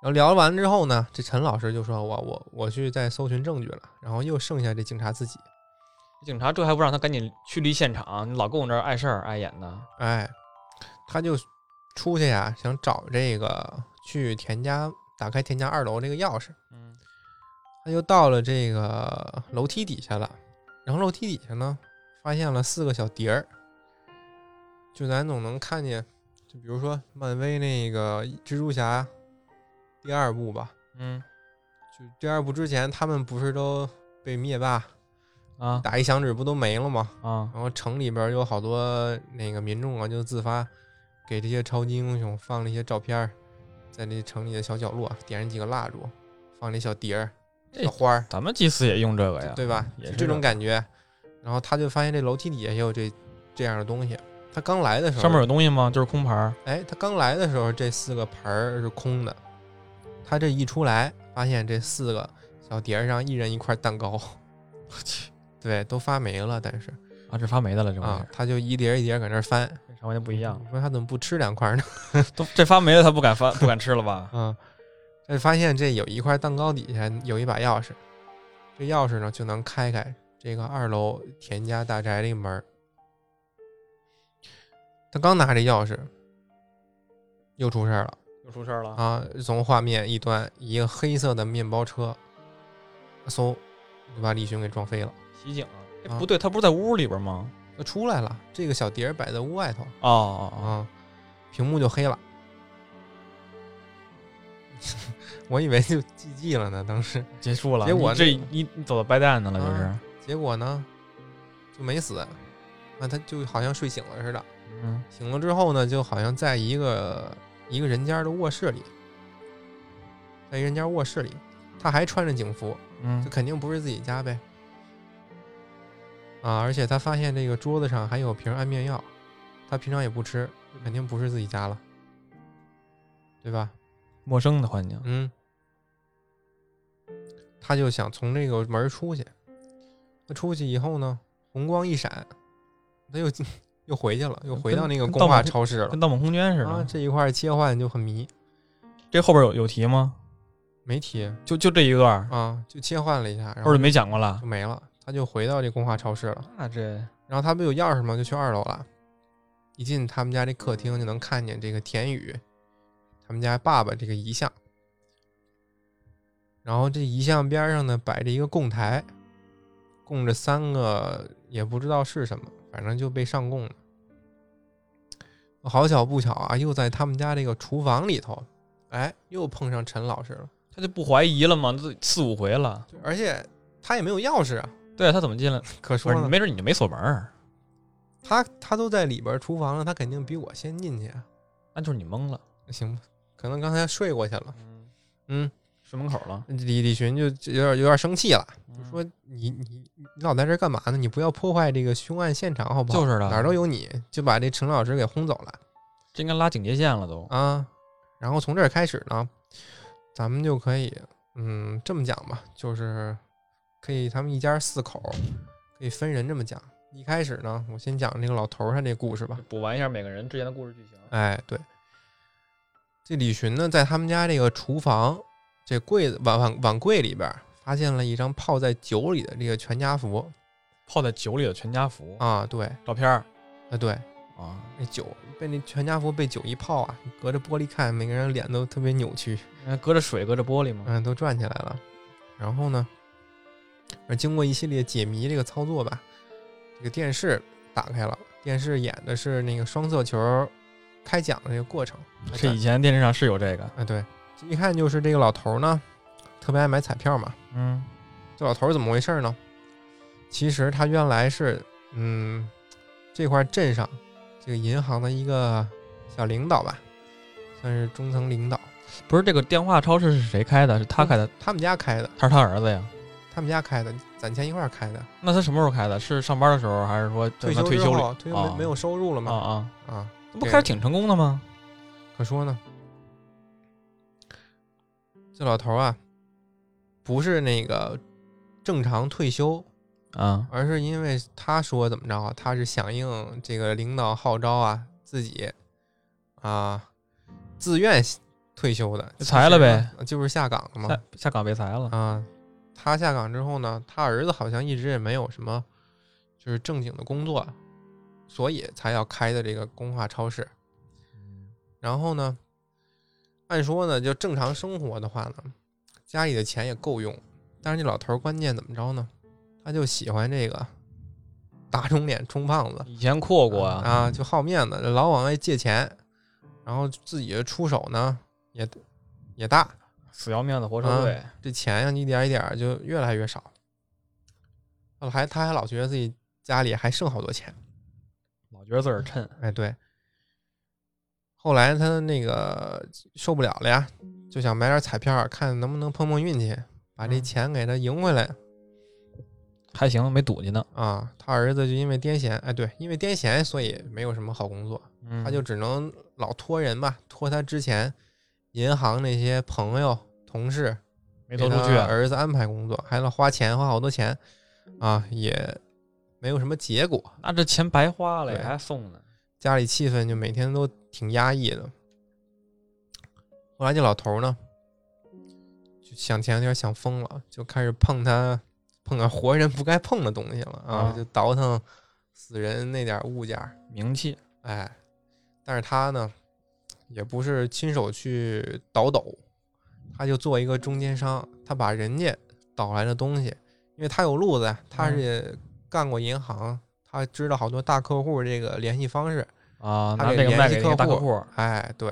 然后聊完之后呢，这陈老师就说我我我去再搜寻证据了，然后又剩下这警察自己，
警察这还不让他赶紧驱离现场？你老跟我这儿碍事儿碍眼的，
哎，他就出去呀、想找这个去田家打开田家二楼这个钥匙，
嗯
他就到了这个楼梯底下了。然后楼梯底下呢，发现了四个小碟儿，就咱总能看见，就比如说漫威那个蜘蛛侠第二部吧，
嗯
就第二部之前他们不是都被灭霸
啊
打一响指不都没了吗？
啊
然后城里边儿有好多那个民众啊，就自发给这些超级英雄放了一些照片儿，在这城里的小角落点上几个蜡烛，放那小碟儿、
这
小花儿，
咱们祭祀也用这个哎呀，
对吧？
也
就是这种感觉。然后他就发现这楼梯底下也有这这样的东西。他刚来的时候，
上面有东西吗？就是空盘儿，
哎，他刚来的时候这四个盆儿是空的，他这一出来，发现这四个小碟儿上一人一块蛋糕，
我去
对，都发霉了，但是
啊，这发霉的了，这玩意
啊
儿，
他就一碟儿一碟儿搁那儿翻，
跟上回就不一样了，
你说他怎么不吃两块呢？
都这发霉的他不敢发不敢吃了 吧？
啊，这发现这有一块蛋糕底下有一把钥匙，这钥匙呢就能开开这个二楼田家大宅这个门儿。他刚拿这钥匙，又出事儿了
又出事儿了，
啊！从画面一端，一个黑色的面包车，嗖就把李寻给撞飞了。
袭警啊！
啊
哎，不对，他不是在屋里边吗？
就出来了，这个小碟儿摆在屋外头
哦哦哦，
啊，屏幕就黑了。 我以为就 GG 了呢，当时。
结束了，
结果
你这你你走到掰蛋的了，这
啊
是，
结果呢，就没死，那他就好像睡醒了似的。
嗯
醒了之后呢，就好像在一个一个人家的卧室里，在一人家卧室里，他还穿着警服，
嗯
这，肯定不是自己家呗。啊，而且他发现这个桌子上还有瓶安眠药，他平常也不吃，肯定不是自己家了，对吧？
陌生的环境，
嗯，他就想从这个门儿出去。他出去以后呢，红光一闪，他又又回去了，又回到那个
跟
工
盗
化
梦
超市了
跟。《盗梦空间》似
啊，
的。
这一块儿切换就很迷，
这后边有有题吗？
没提
就就这一段儿，
啊，就切换了一下，然
或
后
者没讲过了
就？没了。他就回到这工化超市了。
那这
然后他不有钥匙吗？就去二楼了。一进他们家这
嗯
客厅，就能看见这个田宇，他们家爸爸这个遗像。然后这遗像边上呢摆着一个供台，供着三个也不知道是什么，反正就被上供了。好巧不巧啊，又在他们家这个厨房里头，哎，又碰上陈老师了。
他就不怀疑了吗？这四五回了，
而且他也没有钥匙啊，
对啊，他怎么进来？
可
不
说
是，
呢。
没准你就没锁门儿，
他他都在里边厨房了，他肯定比我先进去啊。
那就是你蒙了，
行吧，可能刚才睡过去了。嗯，
睡门口了，嗯
李李寻就就有点有点生气了，
就
说你你你老在这儿干嘛呢？你不要破坏这个凶案现场好不好？
就是啊的
哪儿都有你，就把这陈老师给轰走了
这应该拉警戒线了都。
啊。然后从这儿开始呢，咱们就可以，嗯，这么讲吧，就是可以他们一家四口可以分人这么讲。一开始呢，我先讲这个老头儿他这故事吧。
补完一下每个人之前的故事剧情。
哎，对，这李寻呢，在他们家这个厨房这柜子碗碗碗柜里边儿，发现了一张泡在酒里的这个全家福
泡在酒里的全家福
啊，对，
照片儿
啊对，
啊，
那酒被那全家福被酒一泡啊，隔着玻璃看，每个人脸都特别扭曲，
哎隔着水，隔着玻璃嘛。
嗯，都转起来了。然后呢，而经过一系列解谜这个操作吧，这个电视打开了，电视演的是那个双色球开奖的这个过程，
这以前电视上是有这个，
啊，对，一看就是这个老头儿呢，特别爱买彩票嘛。
嗯，
这老头儿怎么回事儿呢？其实他原来是，嗯，这块镇上这个银行的一个小领导吧，算是中层领导。
不是这个电话超市是谁开的？是他开
嗯
的，
他们家开的，
还是他儿子呀？
他们家开的，攒钱一块儿开的。
那他什么时候开的？是上班的时候，还是说
退
他
休
退
之
休
后，
了？
退休没、
啊
没有收入
啊
了嘛？
啊，
啊，
那不开始挺成功的吗？
可说呢，这老头儿啊，不是那个正常退休，
啊，
而是因为他说怎么着啊，他是响应这个领导号召啊，自己啊自愿退休的，
就裁了呗
其实呢，就是下岗
哦
了嘛
下下岗被裁了。
啊。他下岗之后呢，他儿子好像一直也没有什么就是正经的工作，所以才要开的这个工化超市。然后呢，按说呢，就正常生活的话呢，家里的钱也够用，但是这老头儿关键怎么着呢？他就喜欢这个打肿脸充胖子，
以前阔过
啊
啊，
就好面子，老往外借钱，然后自己出手呢也也大，
死要面子活受罪，
啊
这钱呀一点儿一点儿就越来越少。后来他还老觉得自己家里还剩好多钱。
老觉得自个儿趁，
哎，对。后来他那个受不了了呀，就想买点彩票，看能不能碰碰运气，把这
嗯
钱给他赢回来
还行，没赌去呢。
啊。他儿子就因为癫痫，哎，对，因为癫痫，所以没有什么好工作，
嗯
他就只能老托人吧，托他之前银行那些朋友、同事，
没投出
给
去啊
他，儿子安排工作，还要花钱，花好多钱啊，也没有什么结果。
那这钱白花了，
对
呀，还送呢。
家里气氛就每天都挺压抑的。后来这老头儿呢，就想前两天想疯了，就开始碰他碰点活人不该碰的东西了啊，
啊
就倒腾死人那点儿物件儿。
名气
哎，但是他呢，也不是亲手去倒斗，他就做一个中间商，他把人家倒来的东西，因为他有路子呀，他
嗯
是干过银行，他知道好多大客户这个联系方式。
啊，
他
拿
给
这个
联
卖
系
给那
客
个大客
户
户，
哎，对，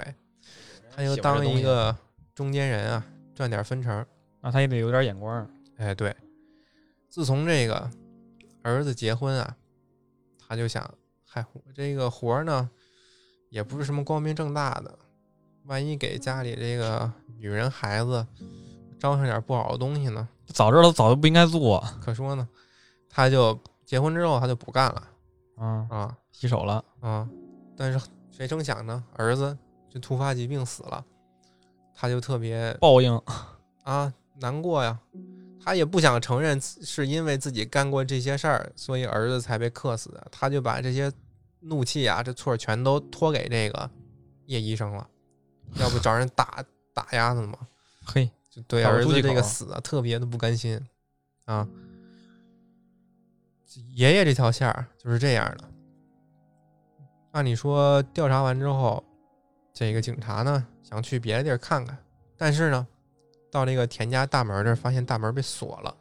他就
喜欢这
当
东西
一
啊
个中间人啊，赚点分成。
那他也得有点眼光。
哎，对，自从这个儿子结婚啊，他就想，嗨，我这个活儿呢，也不是什么光明正大的，万一给家里这个女人孩子招上点不好的东西呢，
早知道早就不应该做，
可说呢，他就结婚之后他就不干了
嗯，
啊
洗手了，
啊！但是谁成想呢，儿子就突发疾病死了，他就特别
报应。
啊，难过呀。他也不想承认自是因为自己干过这些事儿，所以儿子才被克死的。他就把这些怒气啊、这错儿全都托给这个叶医生了，要不找人打打鸭子嘛。
嘿，
就对
找个
儿
出嗯
子
气
这个
口
死啊，特别的不甘心啊。爷爷这条线儿就是这样的。按理说调查完之后，这个警察呢想去别的地儿看看，但是呢，到这个田家大门这儿发现大门被锁了，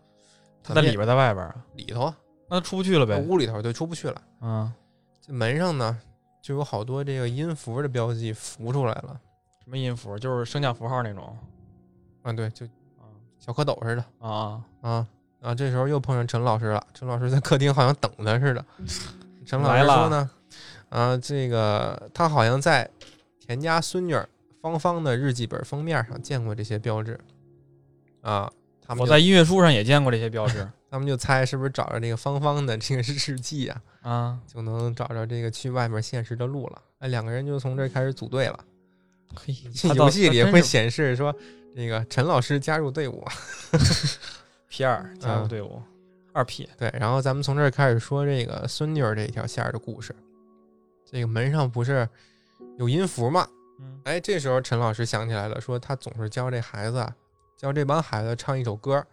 他在里
边
边，在外边啊，
里头啊
那他出不去了呗。
屋里头就出不去了。
啊
嗯，
这门上呢就有好多这个音符的标记浮出来了
什么音符，就是升降符号那种。
啊，对，就
啊
小蝌蚪似的。
啊啊，
啊啊！这时候又碰上陈老师了，陈老师在客厅好像等他似的。陈老师
来了
说呢，啊，这个他好像在田家孙女儿芳芳的日记本封面上见过这些标志，啊，他们
我
就
在音乐书上也见过这些标 志
他们就猜是不是找着这个芳芳的这个日记啊，
啊。
就能找着这个去外面现实的路了。哎，两个人就从这儿开始组队了。
嘿，他倒
游戏里
他真
会
是
显示说，那个陈老师加入队伍，
P 二加入
嗯
队伍，二 P
对，然后咱们从这儿开始说这个孙女儿这条线儿的故事。这个门上不是有音符吗？
嗯
哎，这时候陈老师想起来了，说他总是教这孩子啊，教这帮孩子唱一首歌儿，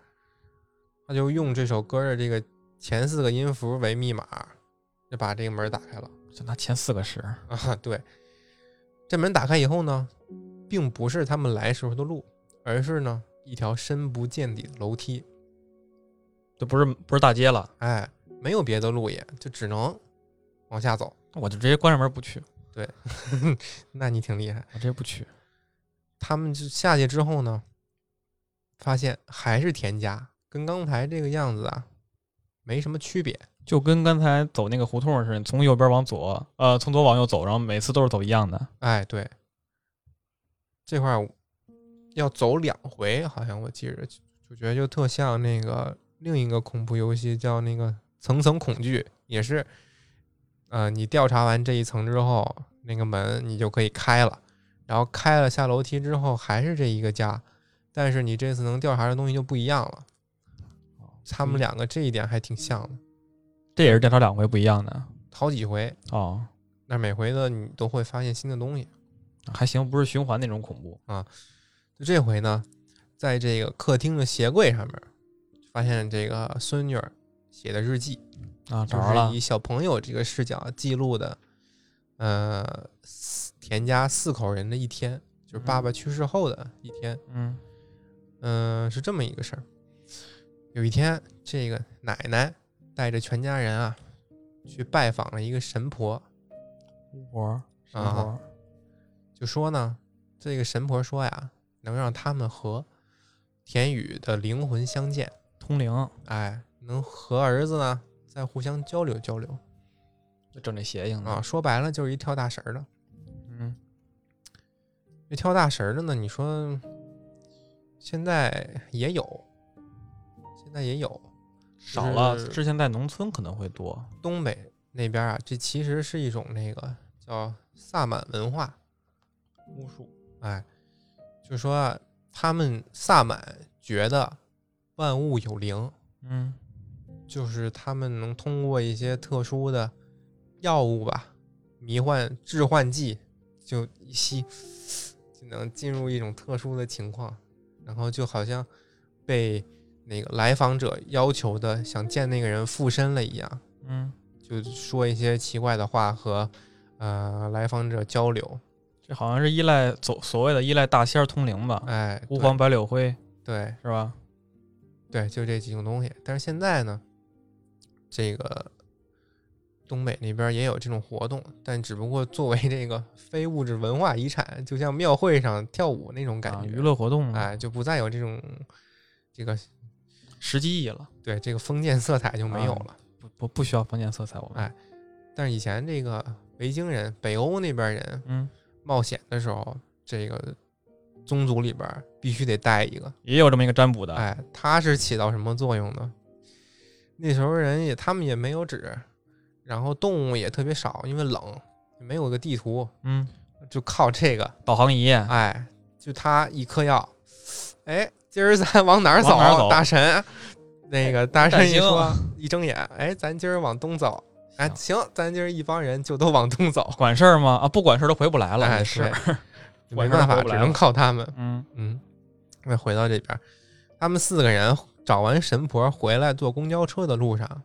他就用这首歌儿的这个前四个音符为密码，就把这个门儿打开了
就拿前四个十，
啊。对，这门打开以后呢，并不是他们来时候的路，而是呢一条深不见底的楼梯。
就不是不是大街了，
哎，没有别的路也，就只能往下走。
那我就直接关上门不去，
那你挺厉害。
我直接不去。
他们就下去之后呢，发现还是田家，跟刚才这个样子啊没什么区别。
就跟刚才走那个胡同似的，从右边往左，呃，从左往右走，然后每次都是走一样的。
哎，对，这块儿要走两回，好像我记着，就就觉得就特像那个另一个恐怖游戏叫那个《层层恐惧》，也是，呃，你调查完这一层之后，那个门你就可以开了，然后开了下楼梯之后还是这一个家，但是你这次能调查的东西就不一样了。哦他
嗯
们两个这一点还挺像的，
嗯这也是调查两回不一样的
好几回，
哦，
那每回的你都会发现新的东西。
还行，不是循环那种恐怖。
就这回呢，在这个客厅的鞋柜上面，发现这个孙女儿写的日记，
啊，
就
找着了
是以小朋友这个视角记录的，呃，四田家四口人的一天。就是爸爸去世后的一天。
嗯
嗯、是这么一个事儿。有一天，这个奶奶带着全家人啊，去拜访了一个神婆，
巫婆神
啊
婆，
就说呢，这个神婆说呀，能让他们和田宇的灵魂相见，
通灵，
哎，能和儿子呢再互相交流交流
就整这邪
嗯
性的
啊。，说白了就是一跳大神儿的。
嗯
这跳大神儿的呢，你说现在也有，现在也有，
少了
就是
之前在农村可能会多，
东北那边啊，这其实是一种那个叫萨满文化，
巫术，
哎，就说啊他们萨满觉得万物有灵，
嗯
就是他们能通过一些特殊的药物吧，迷幻致幻剂，就一吸就能进入一种特殊的情况，然后就好像被那个来访者要求的想见那个人附身了一样，
嗯，
就说一些奇怪的话和呃来访者交流，
这好像是依赖走所谓的依赖大仙儿通灵吧，
哎，
巫
对
黄白柳灰
对
是吧？
对，就这几种东西。但是现在呢，这个东北那边也有这种活动，但只不过作为这个非物质文化遗产，就像庙会上跳舞那种感
啊
觉，
娱乐活动嘛，
哎，就不再有这种这个
实际意义了，
对这个封建色彩就没有
啊
了。
不不不需要封建色彩，我们
哎但是以前这个维京人、北欧那边人
嗯
冒险的时候，这个宗族里边儿必须得带一个，
也有这么一个占卜的，
哎，它是起到什么作用呢？那时候人也他们也没有纸，然后动物也特别少，因为冷，没有个地图，
嗯，
就靠这个，
导航仪，
哎，就它一嗑药，哎，今儿咱 往哪儿走？
往哪儿走
大神，那个大
带
神一
星
说，一睁眼，哎，咱今儿往东走，哎，行，咱今儿一帮人就都往东走，
管事儿吗？啊，不管事儿都回不来了，
哎，
也是，
对
晚
没
上回
办
不
法，只
来
能
了
靠他们。
嗯
嗯，那回到这边儿，他们四个人找完神婆回来，坐公交车的路上，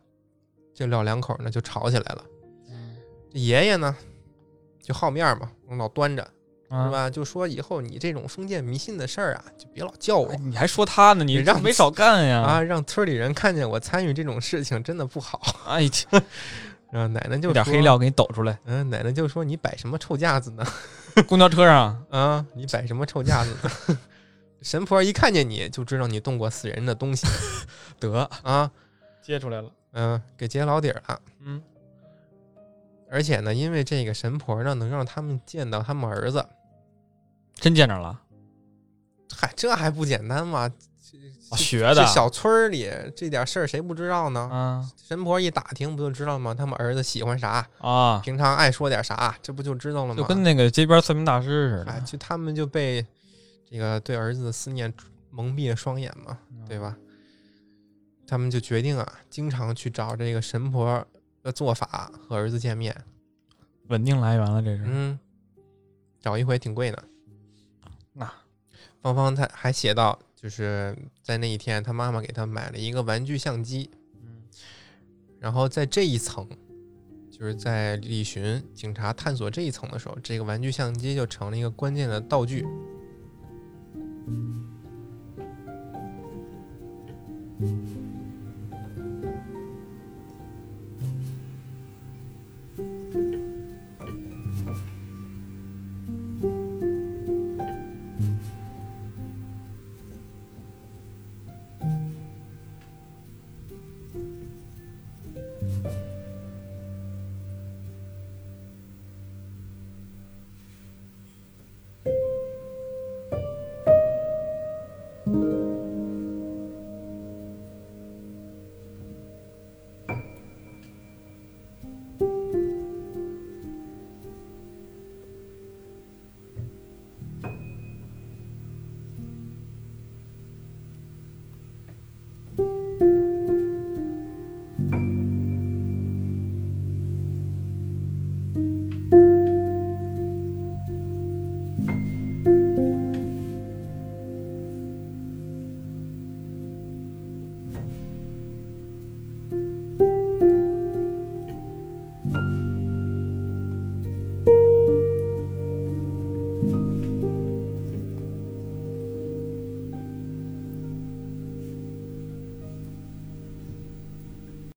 这老两口呢就吵起来了。
嗯
这爷爷呢就好面儿嘛，老端着
啊
是吧？就说以后你这种封建迷信的事儿啊，就别老叫我
哎你还说他呢？你
你让
没少干
啊，
呀！
让村里人看见我参与这种事情真的不好。
哎，切
然后奶奶就
有点
说
黑。料给你抖出来。
嗯，奶奶就说你摆什么臭架子呢？
公交车上，
啊，你摆什么臭架子呢？ 神婆一看见你就知道你动过死人的东西
得
啊，
接出来了，
嗯、给揭老底儿了。
嗯
而且呢，因为这个神婆呢，能让他们见到他们儿子，
真见着了，
嗨，这还不简单吗？
啊
这
学
这
的
小村儿里这点事儿谁不知道呢？
啊
神婆一打听不就知道吗？他们儿子喜欢啥，
啊，
平常爱说点啥，这不就知道了吗？
就跟那个街边算命大师似
哎，
的，
就他们就被这个对儿子的思念蒙蔽了双眼嘛，
嗯
对吧？他们就决定啊，经常去找这个神婆的做法和儿子见面。
稳定来源了，这是。
嗯，找一回挺贵的。
那
芳芳她还写到，就是在那一天，她妈妈给她买了一个玩具相机，
嗯
然后在这一层，就是在李寻警察探索这一层的时候，这个玩具相机就成了一个关键的道具。